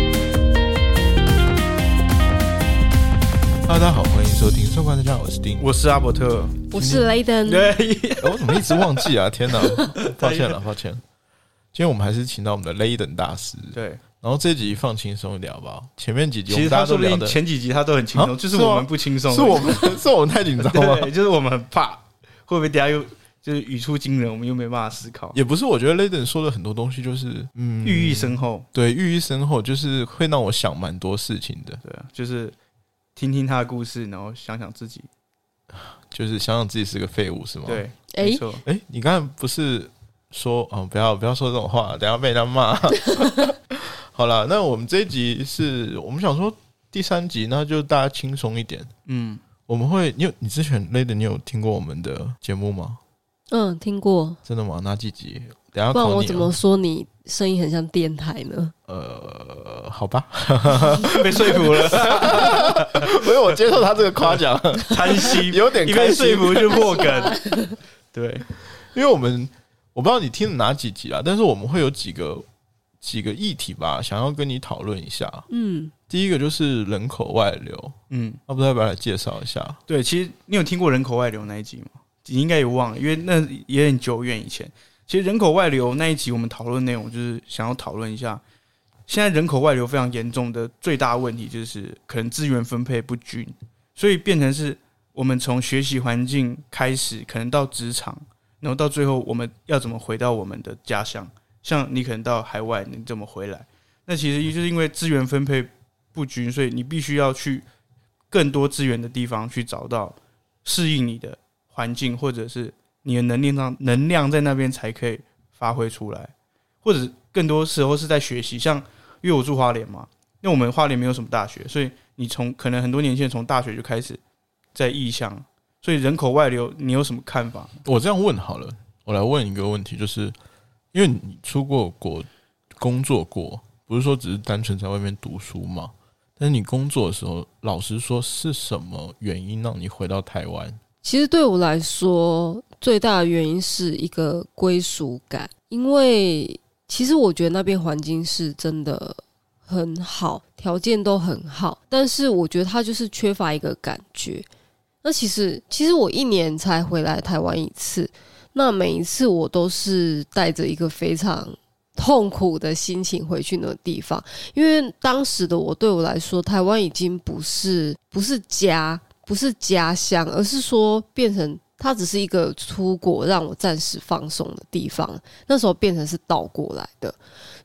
我是阿伯特，我是雷登，对，哎我怎么一直忘记啊？ 天哪，抱歉了，抱歉。今天我们还是请到我们的 Layden 大师， 对，然后这集放轻松一点好不好？前面几集我其们实大他家都说不聊定的，前几集他都很轻松，啊就是是吗我们不轻松而已， 是我们 是我们太紧张了吗？对，就是我们很怕会不会等下又就是语出惊人，我们又没办法思考，也不是，我觉得 Layden 说的很多东西就是，嗯，寓意深厚，对寓意深厚，就是会让我想蛮多事情的，对啊，就是听听他的故事，然后想想自己，就是想想自己是个废物是吗？，对，没哎，错，哎、你刚才不是说，嗯，不要不要说这种话，等下被人家骂。 好了，那我们这一集是我们想说第三集，那就大家轻松一点。嗯，我们会，你有你之前 Lady，你有听过我们的节目吗？嗯，听过，真的吗？哪几集？等下不然考我你、怎啊么。说你声音很像电台呢？呃，好吧， 被说服了，所以我接受他这个夸奖， 贪心，有点一开被心说，服就破梗，对，因为我们我不知道你听了哪几集啊，但是我们会有几个几个议题吧，想要跟你讨论一下。嗯，第一个就是人口外流，嗯，要不要不要来介绍一下？对，其实你有听过人口外流那一集吗？你应该也忘了，因为那也很久远以前。其实人口外流那一集，我们讨论内容就是想要讨论一下，现在人口外流非常严重的最大问题就是可能资源分配不均，所以变成是我们从学习环境开始，可能到职场，然后到最后我们要怎么回到我们的家乡？像你可能到海外，你怎么回来？那其实就是因为资源分配不均，所以你必须要去更多资源的地方去找到适应你的环境，或者是你的能量上能量在那边才可以发挥出来，或者更多时候是在学习。像因为我住花莲嘛，那我们花莲没有什么大学，所以你从可能很多年轻人从大学就开始在异乡，所以人口外流，你有什么看法？我这样问好了，我来问一个问题，就是因为你出过国工作过，不是说只是单纯在外面读书嘛？但是你工作的时候，老实说，是什么原因让你回到台湾？其实对我来说，最大的原因是一个归属感，因为其实我觉得那边环境是真的很好，条件都很好，但是我觉得它就是缺乏一个感觉。那其实，其实我一年才回来台湾一次，那每一次我都是带着一个非常痛苦的心情回去那个地方，因为当时的我对我来说，台湾已经不是不是家，不是家乡，而是说变成它只是一个出国让我暂时放松的地方。那时候变成是倒过来的，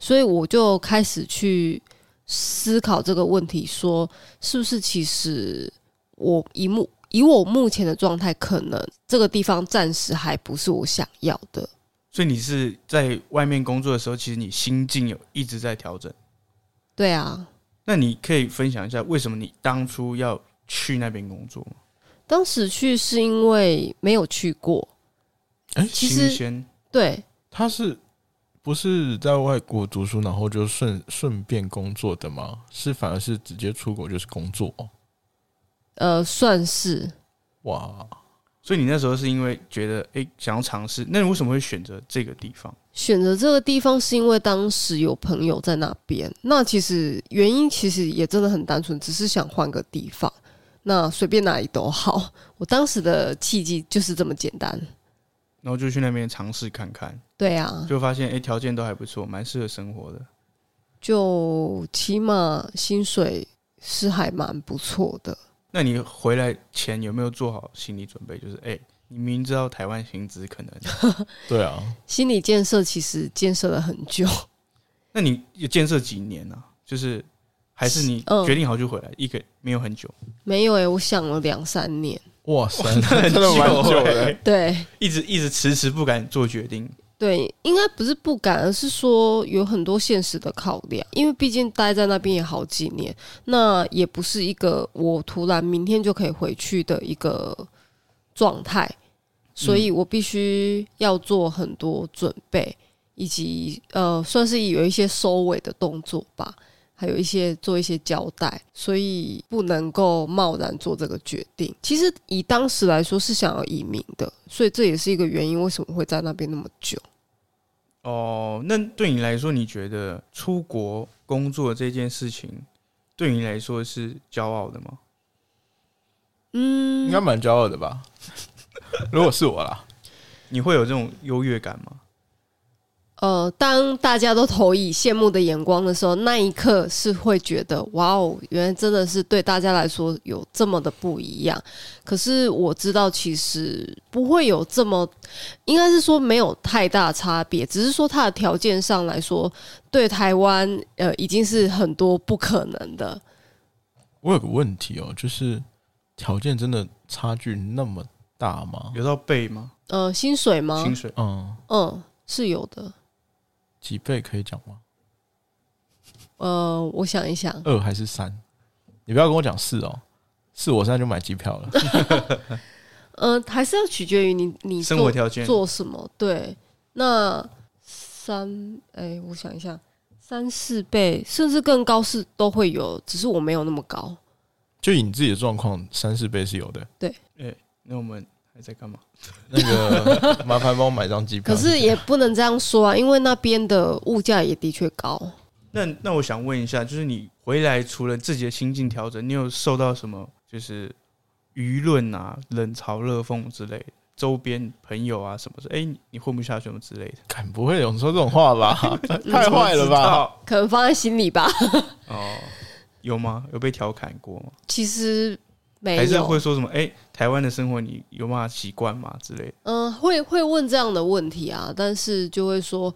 所以我就开始去思考这个问题说是不是其实我以目以我目前的状态，可能这个地方暂时还不是我想要的。所以你是在外面工作的时候，其实你心境有一直在调整。对啊，那你可以分享一下为什么你当初要去那边工作吗？当时去是因为没有去过，哎其新实鲜对他是不是在外国读书，然后就顺顺便工作的吗？是反而是直接出国就是工作哦？呃算是哇，所以你那时候是因为觉得诶想要尝试，那你为什么会选择这个地方？选择这个地方是因为当时有朋友在那边，那其实原因其实也真的很单纯，只是想换个地方，那随便哪里都好。我当时的契机就是这么简单。然后就去那边尝试看看，对嗯啊，就发现诶条件都还不错，蛮适合生活的。就起码薪水是还蛮不错的。那你回来前有没有做好心理准备？就是诶，你明知道台湾薪 资可能，对啊，心理建设其实建设了很久，那你有建设几年啊？就是还是你哦嗯决定好就回来，一个没有很久，没有诶、欸我想了两三年。哇塞，很真的蛮久的、欸对， 一直一直迟迟不敢做决定。对，应该不是不敢，而是说有很多现实的考量，因为毕竟待在那边也好几年，那也不是一个我突然明天就可以回去的一个状态，所以我必须要做很多准备，以及呃，算是有一些收尾的动作吧，还有一些做一些交代，所以不能够贸然做这个决定。其实以当时来说是想要移民的，所以这也是一个原因，为什么会在那边那么久。哦，那对你来说，你觉得出国工作这件事情，对你来说是骄傲的吗？嗯应该蛮骄傲的吧？如果是我啦，你会有这种优越感吗？呃，当大家都投以羡慕的眼光的时候，那一刻是会觉得哇哦，原来真的是对大家来说有这么的不一样。可是我知道，其实不会有这么，应该是说没有太大差别，只是说它的条件上来说，对台湾呃已经是很多不可能的。我有个问题哦，就是条件真的差距那么大吗？有到倍吗？哦呃，薪水吗？薪水嗯，嗯，是有的。几倍可以讲吗？呃，我想一想，二还是三？你不要跟我讲四哦，四我现在就买机票了。呃，还是要取决于你你生做活条件做什么？对，那三哎、我想一下，三四倍甚至更高是都会有，只是我没有那么高。就以你自己的状况，三四倍是有的。那我们还在干嘛？那 个麻烦帮我买张机票。可是也不能这样说啊，因为那边的物价也的确高。那那我想问一下，就是你回来除了自己的心境调整，你有受到什么就是舆论啊、冷嘲热讽之类的，周边朋友啊什么的，哎、你你混不下去什么之类的，敢不会有人说这种话 吧？太坏了吧！吧？可能放在心里吧。哦，有吗？有被调侃过吗？其实没还是有会，说什么？哎、台湾的生活你有办法习惯吗？之类的。嗯、会会问这样的问题啊，但是就会说，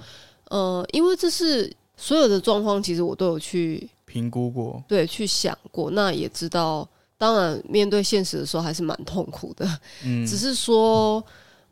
呃，因为这是所有的状况，其实我都有去评估过，对去想过，那也知道，当然面对现实的时候还是蛮痛苦的。嗯，只是说，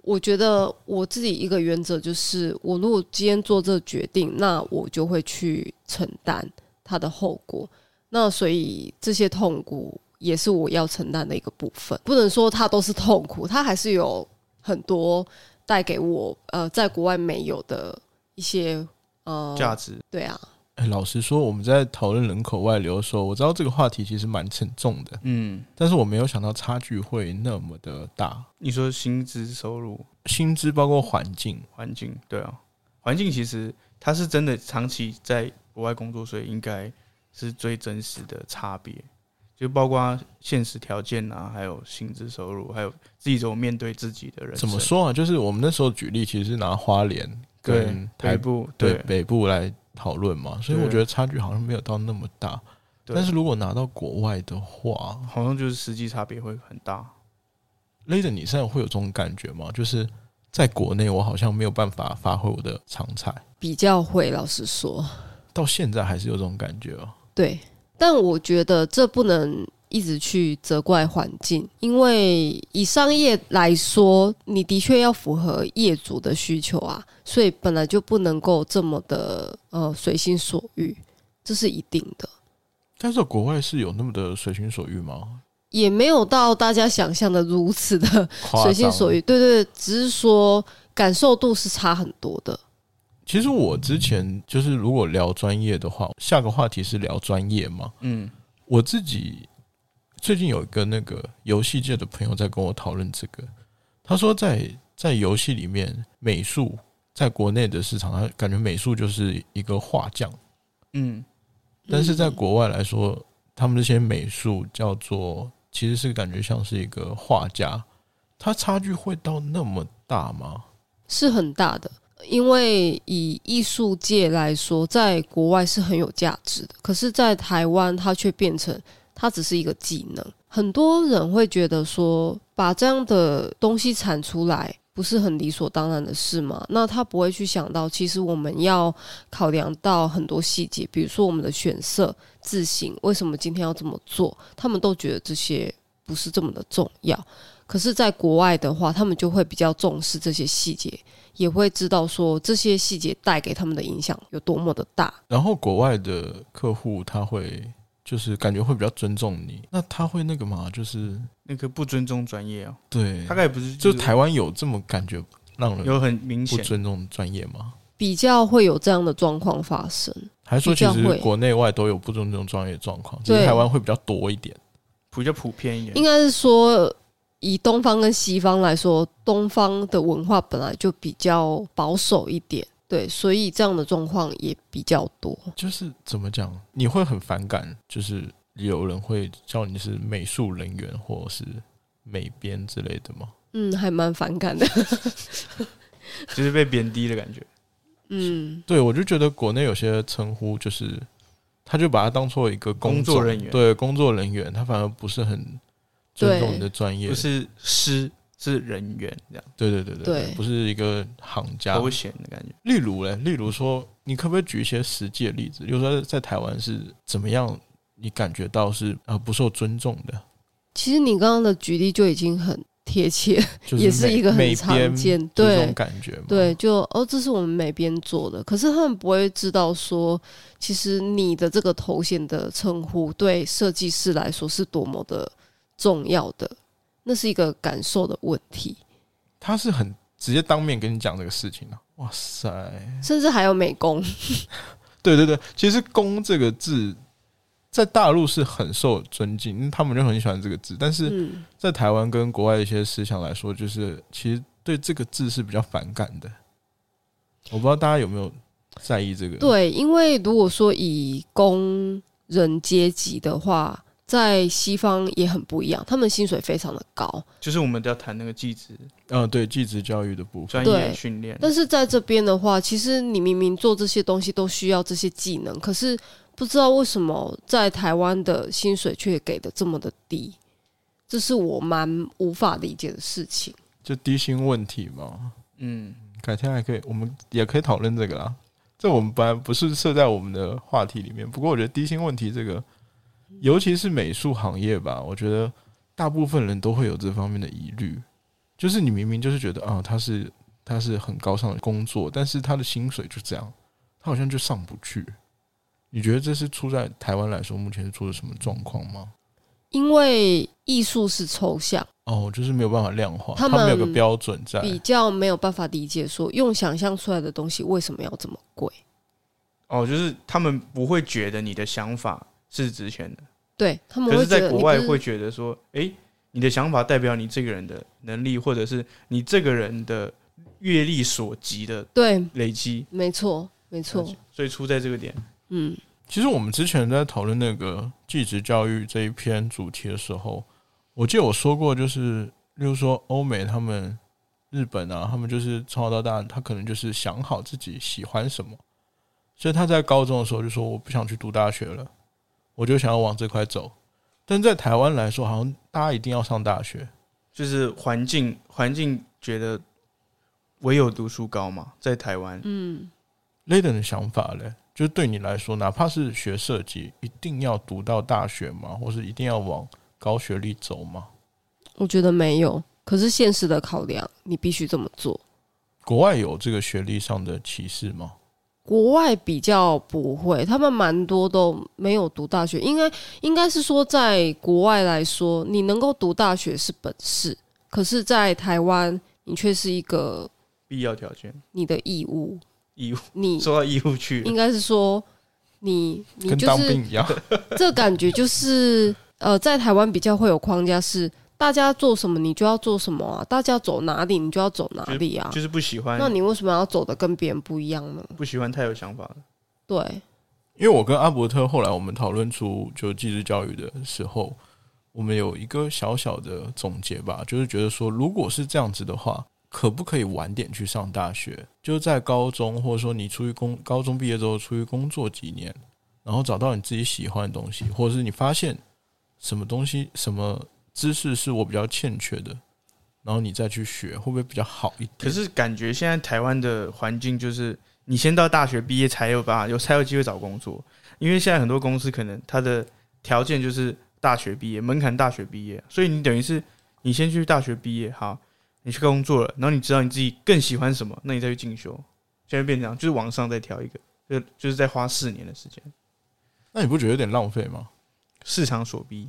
我觉得我自己一个原则就是，我如果今天做这个决定，那我就会去承担它的后果。那所以这些痛苦也是我要承担的一个部分，不能说它都是痛苦，它还是有很多带给我呃在国外没有的一些呃价值对啊，哎、老实说，我们在讨论人口外流的时候，我知道这个话题其实蛮沉重的，嗯，但是我没有想到差距会那么的大。你说薪资、收入、薪资包括环境，环境，对啊，环境其实它是真的长期在国外工作，所以应该是最真实的差别，就包括现实条件啊，还有薪资收入，还有自己怎么面对自己的人怎生。么说啊？就是我们那时候举例，其实是拿花莲对？跟北台部对对北部来讨论嘛，所以对我觉得差距好像没有到那么大。对但是如果拿到国外的话好像就是实际差别会很大。雷 a 你现在会有这种感觉吗？就是在国内，我好像没有办法发挥我的长才，比较会老实说。到现在还是有这种感觉哦。对，但我觉得这不能一直去责怪环境，因为以商业来说，你的确要符合业主的需求啊，所以本来就不能够这么的呃随心所欲，这是一定的，但是国外是有那么的随心所欲吗？也没有到大家想象的如此的 随心所欲。欲。对对，对只是说感受度是差很多的。其实我之前就是如果聊专业的话，下个话题是聊专业嘛。嗯，我自己最近有一个那个游戏界的朋友在跟我讨论这个，他说在在游戏里面，美术在国内的市场，他感觉美术就是一个画匠，嗯，但是在国外来说，他们这些美术叫做其实是感觉像是一个画家，他差距会到那么大吗？是很大的，因为以艺术界来说，在国外是很有价值的，可是，在台湾它却变成它只是一个技能。很多人会觉得说，把这样的东西产出来。不是很理所当然的事吗？那他不会去想到，其实我们要考量到很多细节，比如说我们的选色、字形，为什么今天要这么做？他们都觉得这些不是这么的重要。可是，在国外的话，他们就会比较重视这些细节，也会知道说这些细节带给他们的影响有多么的大。然后国外的客户他会就是感觉会比较尊重你，那他会那个嘛，就是那个不尊重专业哦，对大，概不是就是台湾有这么感觉让人有很明嗯不显，尊重专业吗？比较会有这样的状况发生，还是说其比较实会国内外都有不尊重专业的状况，只是对台湾会比较多一点。比较普遍一点应。该是说以东方跟西方来说，东方的文化本来就比较保守一点，对，所以这样的状况也比较多。就是怎么讲，你会很反感，就是有人会叫你是美术人员或是美编之类的吗？嗯，还蛮反感的。就是被贬低的感觉。嗯，对，我就觉得国内有些称呼就是，他就把它当做一个工工作人员对工作人员，他反而不是很尊重你的专业不，是师是人员这样对对对对对不是一个行家。头衔的感觉。例如嘞，例如说，你可不可以举一些实际的例子？比如说在台湾是怎么样，你感觉到是呃不受尊重的，其实你刚刚的举例就已经很贴切，就是也是美一个美很编常见，就是这对种感觉嘛。对，就哦，这是我们美编做的，可是他们不会知道说，其实你的这个头衔的称呼对设计师来说是多么的重要的，那是一个感受的问题，他是很直接当面跟你讲这个事情啊。哇塞，甚至还有美工，对对对，其实“公”这个字在大陆是很受尊敬，因为他们就很喜欢这个字。但是嗯，在台湾跟国外的一些思想来说，就是其实对这个字是比较反感的。我不知道大家有没有在意这个？，对，因为如果说以工人阶级的话，在西方也很不一样，他们薪水非常的高，就是我们都要谈那个技职嗯、对，继职教育的部分，专业训练，但是在这边的话，其实你明明做这些东西都需要这些技能，可是不知道为什么在台湾的薪水却给的这么的低，这是我蛮无法理解的事情。就低薪问题嘛。嗯，改天还可以，我们也可以讨论这个啦。这我们本来不是设在我们的话题里面，不过我觉得低薪问题这个，尤其是美术行业吧，我觉得大部分人都会有这方面的疑虑。就是你明明就是觉得啊，他是他是很高尚的工作，但是他的薪水就这样，他好像就上不去。你觉得这是出在台湾来说，目前是出了什么状况吗？因为艺术是抽象，哦，就是没有办法量化，他他们们有个标准在。比较没有办法理解说用想象出来的东西为什么要这么贵。哦，就是他们不会觉得你的想法是值钱的，对他们可会是觉在得国你外不会是觉得说，诶，你的想法代表你这个人的能力，或者是你这个人的阅历所及的对，累积。没错，没错，所以出在这个点，嗯，其实我们之前在讨论那个继职教育这一篇主题的时候，我记得我说过，就是例如说欧美他们、日本啊，他们就是从小到大，他可能就是想好自己喜欢什么，所以他在高中的时候就说我不想去读大学了，我就想要往这块走。但在台湾来说，好像大家一定要上大学，就是环境环境觉得唯有读书高嘛，在台湾，嗯雷登的想法嘞，就是对你来说，哪怕是学设计，一定要读到大学吗？或是一定要往高学历走吗？我觉得没有。可是现实的考量，你必须这么做。国外有这个学历上的歧视吗？国外比较不会，他们蛮多都没有读大学，应该应该是说，在国外来说，你能够读大学是本事，可是，在台湾，你却是一个必要条件你的义务，义务， 你说到义务去了应该是说，你你跟就当是兵一样， 这感觉就是，呃，在台湾比较会有框架是，大家做什么你就要做什么啊，大家走哪里你就要走哪里啊，就是不喜欢那你为什么要走的跟别人不一样呢？不喜欢太有想法了。嗯对，因为我跟阿伯特后来我们讨论出就继续教育的时候，我们有一个小小的总结吧，就是觉得说，如果是这样子的话，可不可以晚点去上大学？就是在高中，或者说你出于工高中毕业之后，出于工作几年，然后找到你自己喜欢的东西，或者是你发现什么东西、什么知识是我比较欠缺的，然后你再去学，会不会比较好一点？可是感觉现在台湾的环境就是，你先到大学毕业才有办法，有才有机会找工作。因为现在很多公司可能它的条件就是大学毕业，门槛大学毕业，所以你等于是你先去大学毕业，好，你去工作了，然后你知道你自己更喜欢什么，那你再去进修。现在变成这样，就是往上再调一个，就就是再花四年的时间，那你不觉得有点浪费吗？市场所逼，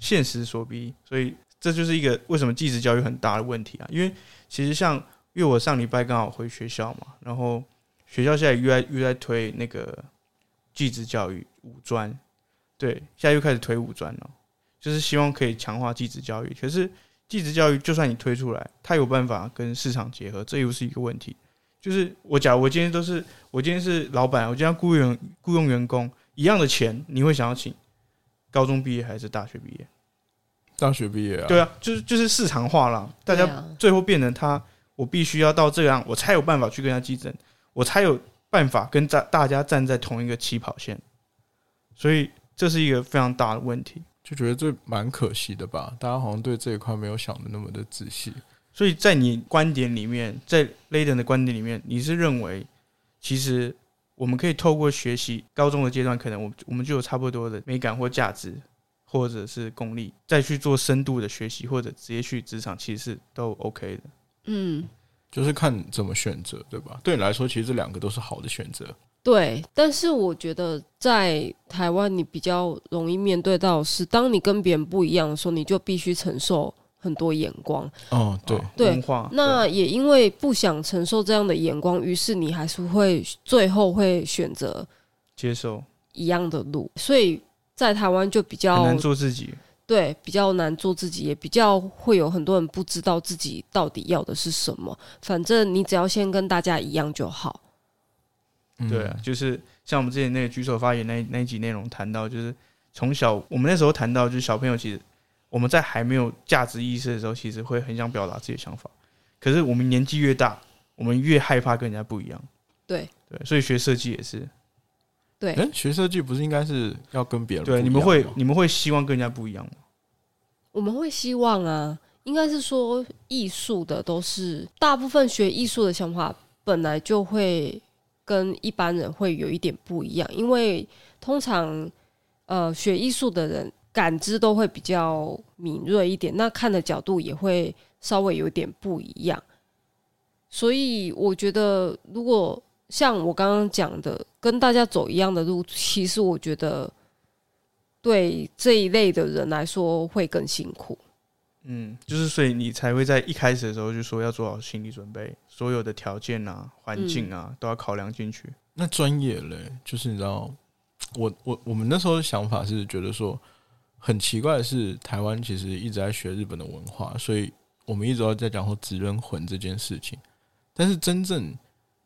现实所逼，所以这就是一个为什么继职教育很大的问题啊。因为其实像，因为我上礼拜刚好回学校嘛，然后学校现在又在又在推那个继职教育五专，对，现在又开始推五专了，就是希望可以强化继职教育。可是继职教育就算你推出来，它有办法跟市场结合，这又是一个问题。就是我假如我今天都是我今天是老板，我今天要雇佣雇佣员工一样的钱，你会想要请高中毕业还是大学毕业？大学毕业啊，对啊，就是就是市场化啦，大对家啊最后变成他，我必须要到这样，我才有办法去跟他激争，我才有办法跟大大家站在同一个起跑线，所以这是一个非常大的问题。就觉得这蛮可惜的吧。大家好像对这一块没有想的那么的仔细。所以在你观点里面，在 Layden 的观点里面，你是认为其实我们可以透过学习高中的阶段，可能我们我们就有差不多的美感或价值，或者是功力，再去做深度的学习，或者直接去职场，其实是都 OK 的。嗯，就是看怎么选择，对吧？对你来说，其实这两个都是好的选择。对，但是我觉得在台湾，你比较容易面对到的是，当你跟别人不一样的时候，你就必须承受很多眼光。哦，对，对啊文化那也因为不想承受这样的眼光，于是你还是会最后会选择接受一样的路，所以在台湾就比很较难做自己，对比较难做自己，也比较会有很多人不知道自己到底要的是什么。反正你只要先跟大家一样就好。嗯对啊，，就是像我们之前那个举手发言那一那一集内容谈到，就是从小我们那时候谈到，就是小朋友其实我们在还没有价值意识的时候，其实会很想表达自己的想法，可是我们年纪越大，我们越害怕跟人家不一样。对对，所以学设计也是，对，哎，学设计不是应该是要跟别人不一对，样你们会吗你们会希望跟人家不一样吗？我们会希望啊，应该是说艺术的都是大部分学艺术的想法本来就会跟一般人会有一点不一样，因为通常呃学艺术的人感知都会比较敏锐一点，那看的角度也会稍微有点不一样。所以我觉得，如果像我刚刚讲的，跟大家走一样的路，其实我觉得对这一类的人来说会更辛苦。嗯，就是所以你才会在一开始的时候就说要做好心理准备，所有的条件啊、环境嗯啊、都要考量进去。那专业嘞，就是你知道，我我我们那时候的想法是觉得说，很奇怪的是，台湾其实一直在学日本的文化，所以我们一直都在讲说职人魂这件事情。但是真正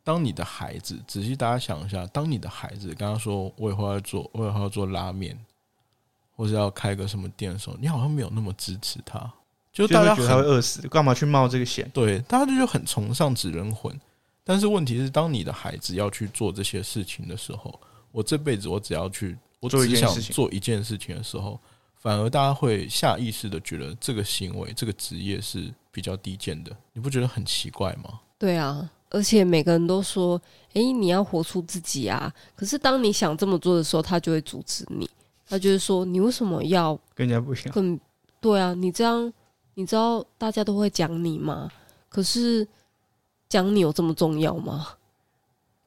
当你的孩子，仔细大家想一下，当你的孩子跟他说我以后要做，我以后要做拉面，或是要开个什么店的时候，你好像没有那么支持他，就就大会家觉得他会很饿死，干嘛去冒这个险？对，大家就就很崇尚纸人魂，但是问题是，当你的孩子要去做这些事情的时候，我这辈子我只要去，我做一只件想事情做一件事情的时候，反而大家会下意识的觉得这个行为、这个职业是比较低贱的，你不觉得很奇怪吗？对啊，而且每个人都说：“诶，你要活出自己啊！”可是当你想这么做的时候，他就会阻止你，他就会说：“你为什么要跟人家不一样，更对啊，你这样，你知道大家都会讲你吗？可是讲你有这么重要吗？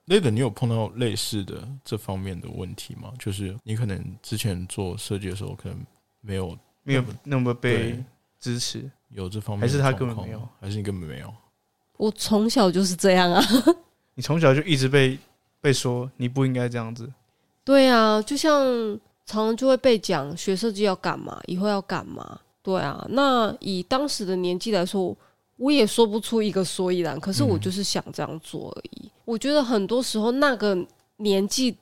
那个你有碰到类似的这方面的问题吗？就是你可能之前做设计的时候，可能没有没有那么被对支持。有这方面还的是状他况吗，根本没有还是你根本没有？我从小就是这样啊。”你从小就一直被被说你不应该这样子，对啊，就像常常就会被讲学设计要干嘛，以后要干嘛。对啊，那以当时的年纪来说，我也说不出一个所以然，可是我嗯就是想这样做而已。我觉得很多时候那个年纪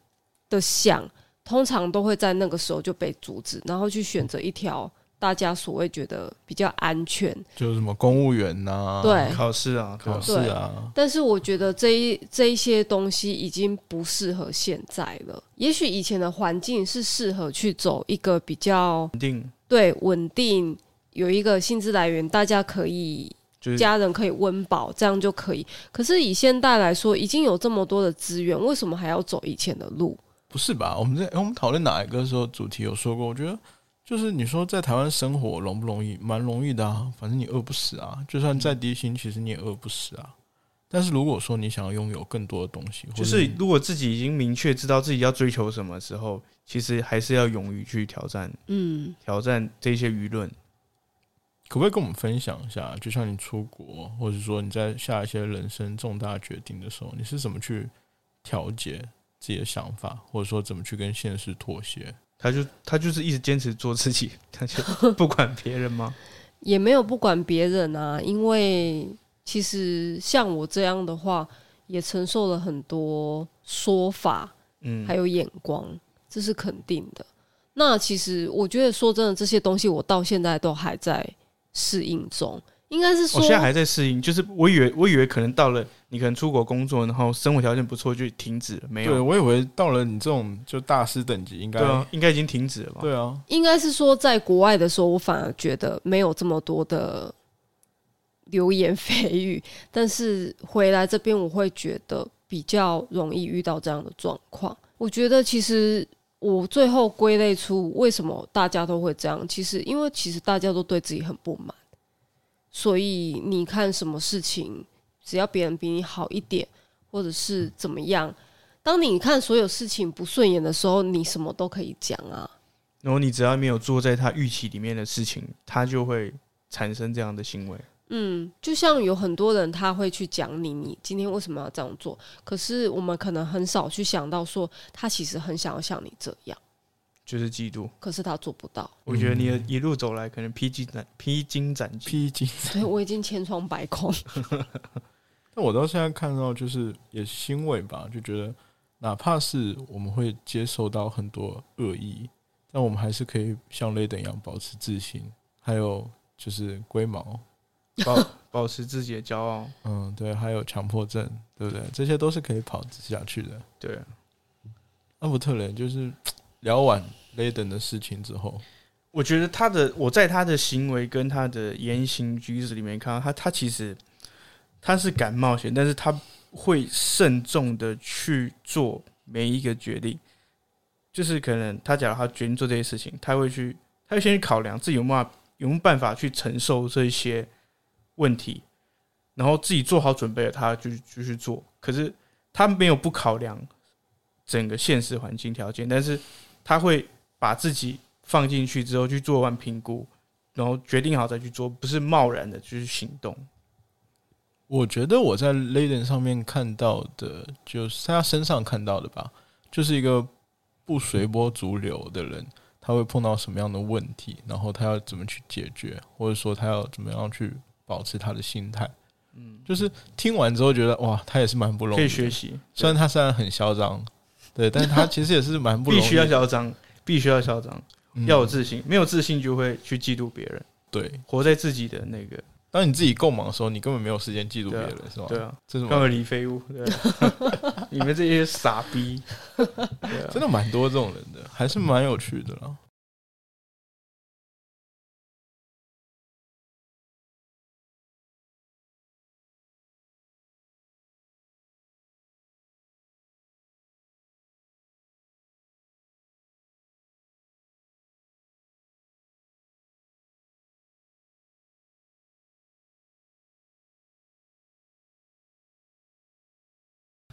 的想，通常都会在那个时候就被阻止，然后去选择一条大家所谓觉得比较安全。就是什么公务员呐、对考试啊，考考试试啊，但是我觉得这一这一些东西已经不适合现在了。也许以前的环境是适合去走一个比较肯定对稳定有一个薪资来源，大家可以就是家人可以温饱，这样就可以。可是以现代来说，已经有这么多的资源，为什么还要走以前的路？不是吧？我们在诶我们讨论哪一个时候主题有说过？我觉得就是你说在台湾生活容不容易，蛮容易的啊，反正你饿不死啊，就算再低薪，其实你也饿不死啊。但是如果说你想要拥有更多的东西，或就者是你如果自己已经明确知道自己要追求什么时候，其实还是要勇于去挑战嗯，挑战这些舆论。可不可以跟我们分享一下？就像你出国，或者说你在下一些人生重大决定的时候，你是怎么去调节自己的想法，或者说怎么去跟现实妥协？他就他就是一直坚持做自己， 他就不管别人 吗？也没有不管别人啊，因为其实像我这样的话，也承受了很多说法。嗯还，有眼光，这是肯定的。那其实我觉得说真的，这些东西我到现在都还在适应中，应该是我说哦现在还在适应，就是我以为我以为可能到了你可能出国工作，然后生活条件不错就停止了，没对有，我以为到了你这种就大师等级，应该对啊，应该已经停止了吧？对啊，应该是说，在国外的时候，我反而觉得没有这么多的流言蜚语，但是回来这边，我会觉得比较容易遇到这样的状况。我觉得其实我最后归类出为什么大家都会这样，其实因为其实大家都对自己很不满，所以你看什么事情，只要别人比你好一点，或者是怎么样。当你看所有事情不顺眼的时候，你什么都可以讲啊。然后你只要没有做在他预期里面的事情，他就会产生这样的行为。嗯，就像有很多人他会去讲你，你今天为什么要这样做？可是我们可能很少去想到说，他其实很想要像你这样，就是嫉妒，可是他做不到。我觉得你的一路走来，可能披荆斩披荆斩棘，披荆。所以我已经千疮百孔。但我到现在看到就是也欣慰吧，就觉得哪怕是我们会接受到很多恶意，但我们还是可以像雷等一样保持自信，还有就是龟毛，保保持自己的骄傲。嗯，对，还有强迫症，对不对？这些都是可以保持下去的。对啊，阿伯特雷就是聊完雷等的事情之后，我觉得他的我在他的行为跟他的言行举止里面看到他，他其实他是敢冒险，但是他会慎重的去做每一个决定。就是可能他假如他决定做这些事情，他会去，他会先去考量自己有没有办法有没有办法去承受这些问题，然后自己做好准备了，他就就去做。可是他没有不考量整个现实环境条件，但是他会把自己放进去之后去做完评估，然后决定好再去做，不是贸然的就去行动。我觉得我在 Laden 上面看到的，就是在他身上看到的吧，就是一个不随波逐流的人，他会碰到什么样的问题，然后他要怎么去解决，或者说他要怎么样去保持他的心态。嗯，就是听完之后觉得哇，他也是蛮不容可易以的。学习，虽然他虽然很嚣张，对，但是他其实也是蛮不容 必易的。须要嚣张，必须要嚣张，嗯要有自信。没有自信就会去嫉妒别人，对。活在自己的那个，当你自己够忙的时候，你根本没有时间嫉妒别人，哦是吗？对，啊，这种干嘛离飞物？对 啊，你们这些傻逼，对啊真的蛮多这种人的，还是蛮有趣的啦。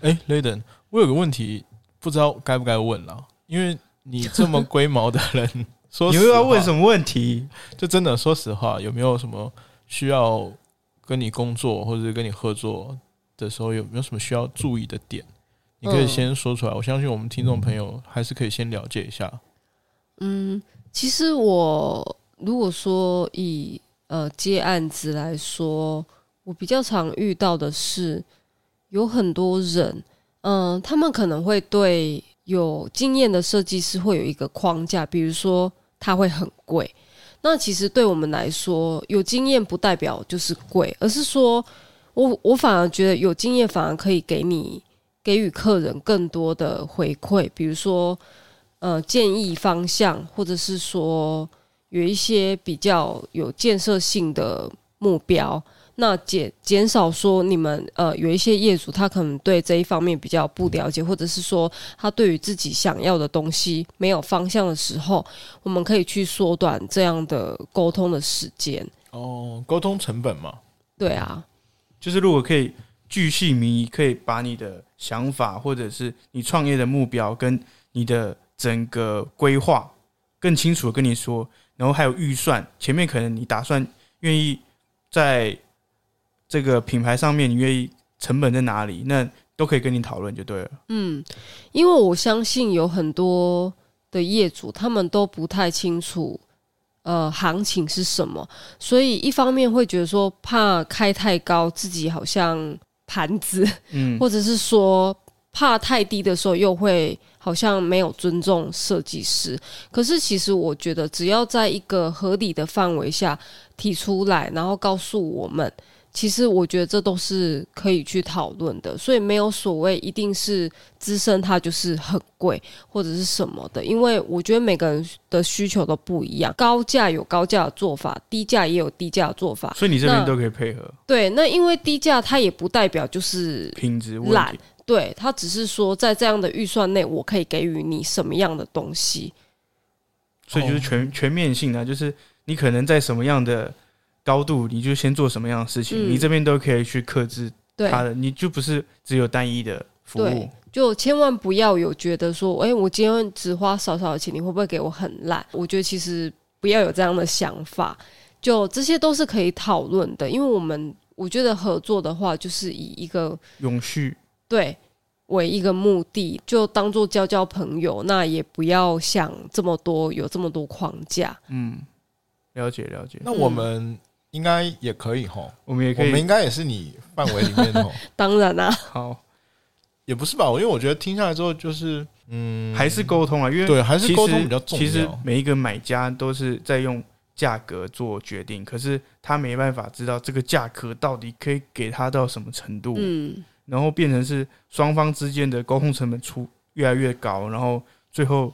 哎、雷 l a d e n 我有个问题，不知道该不该问啦，因为你这么龟毛的 人，说你实又要问话什么问题？就真的说实话，有没有什么需要跟你工作或者跟你合作的时候，有没有什么需要注意的点？你可以嗯先说出来，我相信我们听众朋友还是可以先了解一下。嗯，其实我如果说以呃接案子来说，我比较常遇到的是有很多人，嗯、他们可能会对有经验的设计师会有一个框架，比如说它会很贵。那其实对我们来说，有经验不代表就是贵，而是说我我反而觉得有经验反而可以给你给予客人更多的回馈，比如说呃建议方向，或者是说有一些比较有建设性的目标。那减减少说你们呃有一些业主他可能对这一方面比较不了解，或者是说他对于自己想要的东西没有方向的时候，我们可以去缩短这样的沟通的时间。哦，沟通成本嘛，对啊，就是如果可以巨细靡遗，可以把你的想法或者是你创业的目标跟你的整个规划更清楚的跟你说，然后还有预算，前面可能你打算愿意在这个品牌上面，你愿意成本在哪里，那都可以跟你讨论就对了。嗯，因为我相信有很多的业主，他们都不太清楚呃行情是什么，所以一方面会觉得说怕开太高，自己好像盘子，嗯，或者是说怕太低的时候又会好像没有尊重设计师。可是其实我觉得，只要在一个合理的范围下提出来，然后告诉我们，其实我觉得这都是可以去讨论的。所以没有所谓一定是资深它就是很贵或者是什么的，因为我觉得每个人的需求都不一样，高价有高价的做法，低价也有低价的做法。所以你这边那都可以配合对，那因为低价它也不代表就是品质问懒题。对他只是说，在这样的预算内，我可以给予你什么样的东西？所以就是全、全面性的、哦就是你可能在什么样的高度，你就先做什么样的事情，嗯你这边都可以去克制对，它的，你就不是只有单一的服务对。就千万不要有觉得说，哎、我今天只花少少的钱，你会不会给我很烂？我觉得其实不要有这样的想法，就这些都是可以讨论的，因为我们我觉得合作的话，就是以一个永续对为一个目的，就当做交交朋友，那也不要想这么多，有这么多框架。了解了解，那我们应该也嗯可以吼，我们也我可们以应该也是你范围里面 吼，当然啊啦、好，也不是吧？因为我觉得听下来之后，就是嗯，还是沟通啊，因为对，还是其沟实通比较重其实要。每一个买家都是在用价格做决定，可是他没办法知道这个价格到底可以给他到什么程度，嗯。然后变成是双方之间的沟通成本出越来越高，然后最后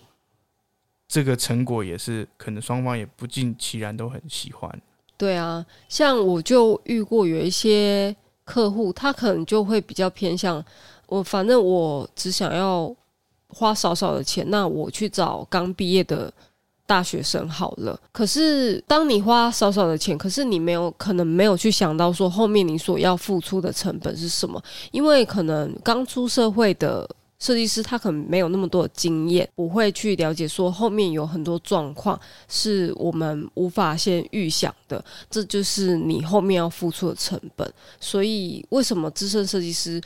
这个成果也是可能双方也不尽其然都很喜欢。对啊，像我就遇过有一些客户，他可能就会比较偏向我，反正我只想要花少少的钱，那我去找刚毕业的大学生好了。可是当你花少少的钱，可是你没有可能没有去想到说后面你所要付出的成本是什么，因为可能刚出社会的。设计师他可能没有那么多的经验，不会去了解说后面有很多状况，是我们无法先预想的，这就是你后面要付出的成本。所以，为什么资深设计师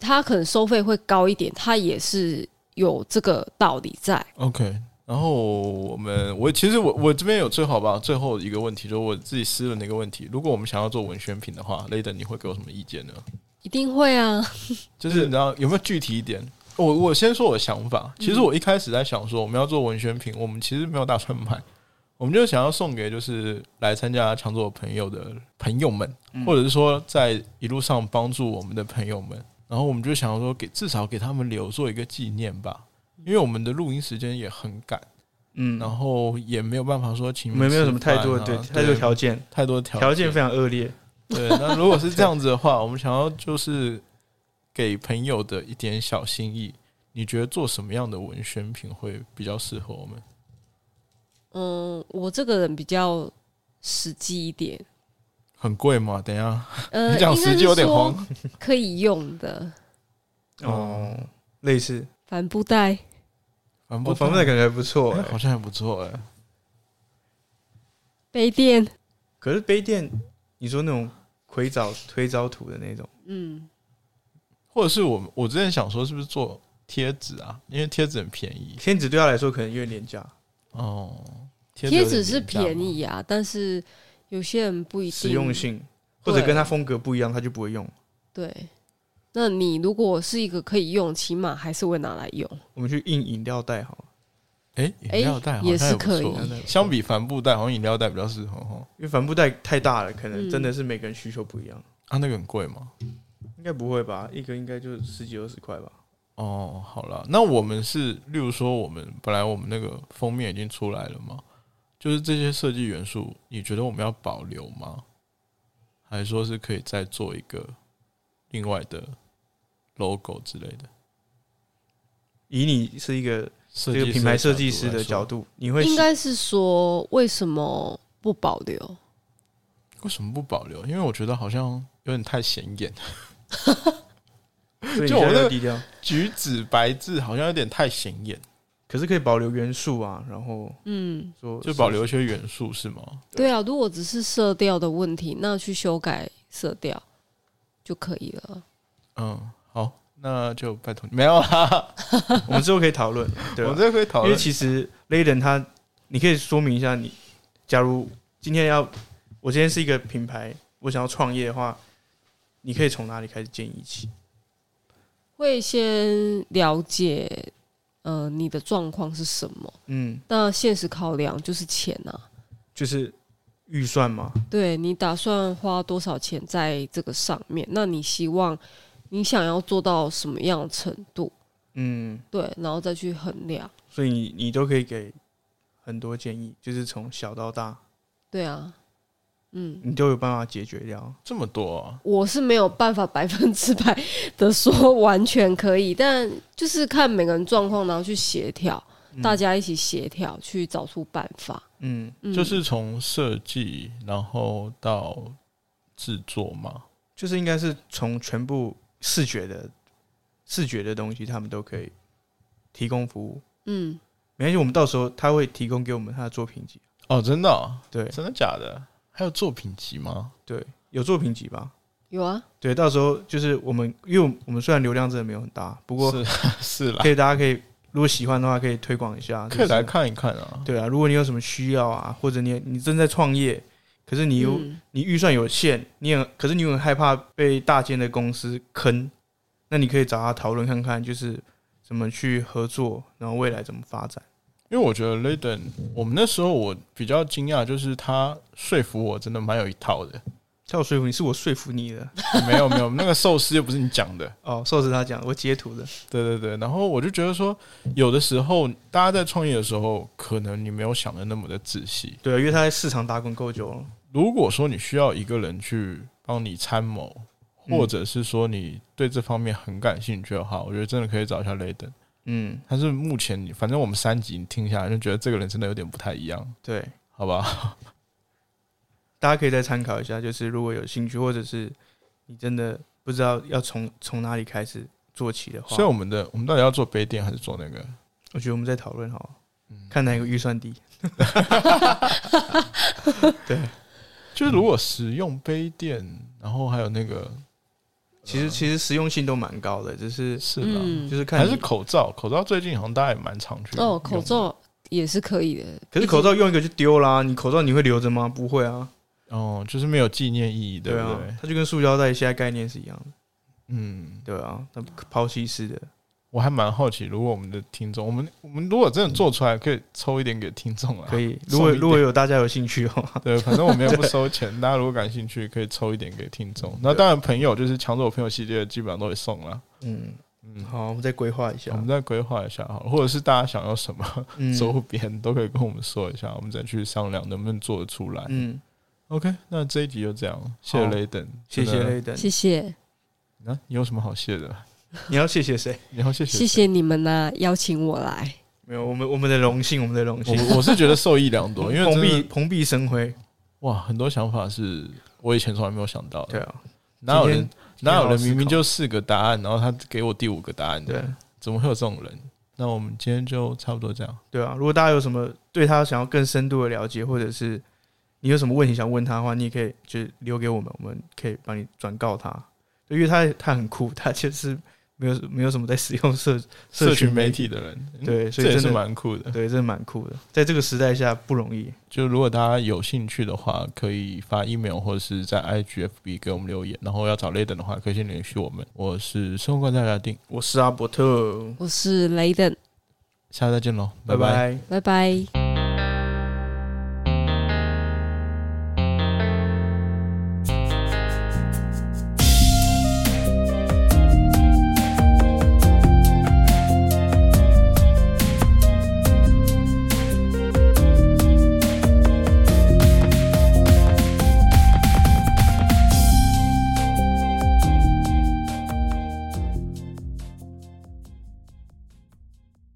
他可能收费会高一点，他也是有这个道理在。 OK，然后我们，我其实我我这边有最好吧，最后一个问题就是我自己私人的一个问题。如果我们想要做文宣品的话，雷德你会给我什么意见呢？一定会啊，就是你知道有没有具体一点？我我先说我的想法，其实我一开始在想说我们要做文宣品，我们其实没有打算买， 我们就想要送给就是来参加强作的朋友的朋友们，或者是说在一路上帮助我们的朋友们，然后我们就想说给至少给他们留做一个纪念吧，因为我们的录音时间也很赶，嗯，然后也没有办法说请我你们们没有什么吃饭太啊多的对对太多条件，太多条条件非常恶劣。对，那如果是这样子的话，我们想要就是给朋友的一点小心意，你觉得做什么样的文宣品会比较适合我们？嗯，我这个人比较实际一点，很贵吗？等一下，呃，你讲应该实是际有点说慌。可以用的哦，类似，帆布袋，反我不啊反正感觉还不错、哎欸好像还不错哎、杯垫，可是杯垫，你说那种硅藻硅藻土的那种，嗯，或者是我们我之前想说是不是做贴纸啊？因为贴纸很便宜贴纸对他来说可能有点廉价，哦，贴有纸点是廉价嘛便，宜啊，但是有些人不一定实用性或者对跟他风格不一样，他就不会用。对，那你如果是一个可以用，起码还是会拿来用。我们去印饮料袋好了，哎，饮料袋好像也是不可错以相比帆布袋，好像饮料袋比较适合哦。因为帆布袋太大了，可能嗯真的是每个人需求不一样。啊，那个很贵吗？应该不会吧？一个应该就十几二十块吧。哦，好了，那我们是，例如说，我们本来我们那个封面已经出来了嘛，就是这些设计元素，你觉得我们要保留吗？还是说是可以再做一个另外的 logo 之类的？以你是一个设这计个师品牌设计师的角度度，你会应该是说为什么不保留？来说，为什么不保留？因为我觉得好像有点太显眼，所以你就我现在那要个低调，橘子白字好像有点太显眼，可是可以保留元素啊，然后嗯，说就保留一些元素是吗？对啊，如果只是色调的问题，那去修改色调就可以了。嗯，好，那就拜托你没有啦， 我们之后可以讨论，对我吧们？这可以讨因为论。其实 Layden 他，你可以说明一下你，假如今天要我今天是一个品牌，我想要创业的话，你可以从哪里开始建议起？会先了解呃你的状况是什么。嗯，那现实考量就是钱啊，就是预算嘛，对你打算花多少钱在这个上面？那你希望你想要做到什么样的程度？嗯，对，然后再去衡量。所以你你都可以给很多建议，就是从小到大，对啊，嗯，你都有办法解决掉。这么多、啊，我是没有办法百分之百的说完全可以，但就是看每个人状况，然后去协调，大家一起协调，去找出办法。嗯，嗯，就是从设计，然后到制作嘛。就是应该是从全部视觉的视觉的东西，他们都可以提供服务。嗯，没关系，我们到时候他会提供给我们他的作品集。哦，真的哦、对真的假的？还有作品集吗？对，有作品集吧？有啊，对，到时候就是我们，因为我们虽然流量真的没有很大，不过是 是啦，可以大家可以如果喜欢的话，可以推广一下。可以啊来就是看一看啊。对啊，如果你有什么需要啊，或者你你正在创业，可是你又、嗯你预算有限，你很可是你很害怕被大间的公司坑，那你可以找他讨论看看，就是怎么去合作，然后未来怎么发展。因为我觉得 Layden，我们那时候我比较惊讶，就是他说服我真的蛮有一套 的。他有说服你，是我说服你的没有没有，那个寿司又不是你讲的。哦。受是他讲，我截图的。对对对，然后我就觉得说，有的时候大家在创业的时候，可能你没有想的那么的仔细。对啊，因为他在市场打滚够久了。如果说你需要一个人去帮你参谋，嗯或者是说你对这方面很感兴趣的话，我觉得真的可以找一下雷登。嗯，他是目前你，反正我们三集你听下来就觉得这个人真的有点不太一样，对，好吧？大家可以再参考一下，就是如果有兴趣，或者是你真的不知道要从从哪里开始做起的话，所以我们的我们到底要做杯垫还是做那个？我觉得我们再讨论好了，嗯看哪个预算低。就是如果使用杯垫，然后还有那个其啊实其实实用性都蛮高的，只是是啦，嗯，就是看还你是口罩，口罩最近好像大家也蛮常去用哦，口罩也是可以的。可是口罩用一个就丢啦，你口罩你会留着吗？不会啊，哦，就是没有纪念意义，对不啊对？，它就跟塑胶袋现在概念是一样的，嗯，对啊，它抛弃式的，我还蛮好奇，如果我们的听众，我们我们如果真的做出来，可以抽一点给听众啊。可以。送如果一点如果有大家有兴趣的 话，对，反正我们 也不收钱，大家如果感兴趣，可以抽一点给听众。那当然，朋友就是抢走我朋友系列，基本上都会送啦。嗯，嗯，好，我们再规划一我下们，再规划一下好了，或者是大家想要什么啊嗯周边，都可以跟我们说一下，我们再去商量能不能做得出来。嗯， OK，那这一集就这样，谢谢好雷登，谢谢真的。雷登，谢谢，那、你有什么好谢的？你要谢谢谁？你要谢谢谢。谢你们呐、邀请我来。没有，我们我们的荣幸，我们的荣幸，我 我是觉得受益良多，哦因为蓬真的荜蓬荜生辉，哇，很多想法是我以前从来没有想到的。对啊，哪有今人天哪有人今天好好思考明明就四个答案，然后他给我第五个答案对啊的？怎么会有这种人？那我们今天就差不多这样。对啊。如果大家有什么对他想要更深度的了解，或者是你有什么问题想问他的话，你也可以就是留给我们，我们可以帮你转告他，对因为他他很酷，他就是没有没有什么在使用社社群群媒媒体的人，嗯对，所这也以真是的蛮酷的。对，真的蛮酷的，在这个时代下不容易。就如果大家有兴趣的话，可以发 email 或者是在 IGFB 给我们留言。然后要找 Layden 的话，可以先联系我们。我是生活观察家丁，我是阿伯特，我是雷登，下次再见喽，拜拜拜拜拜。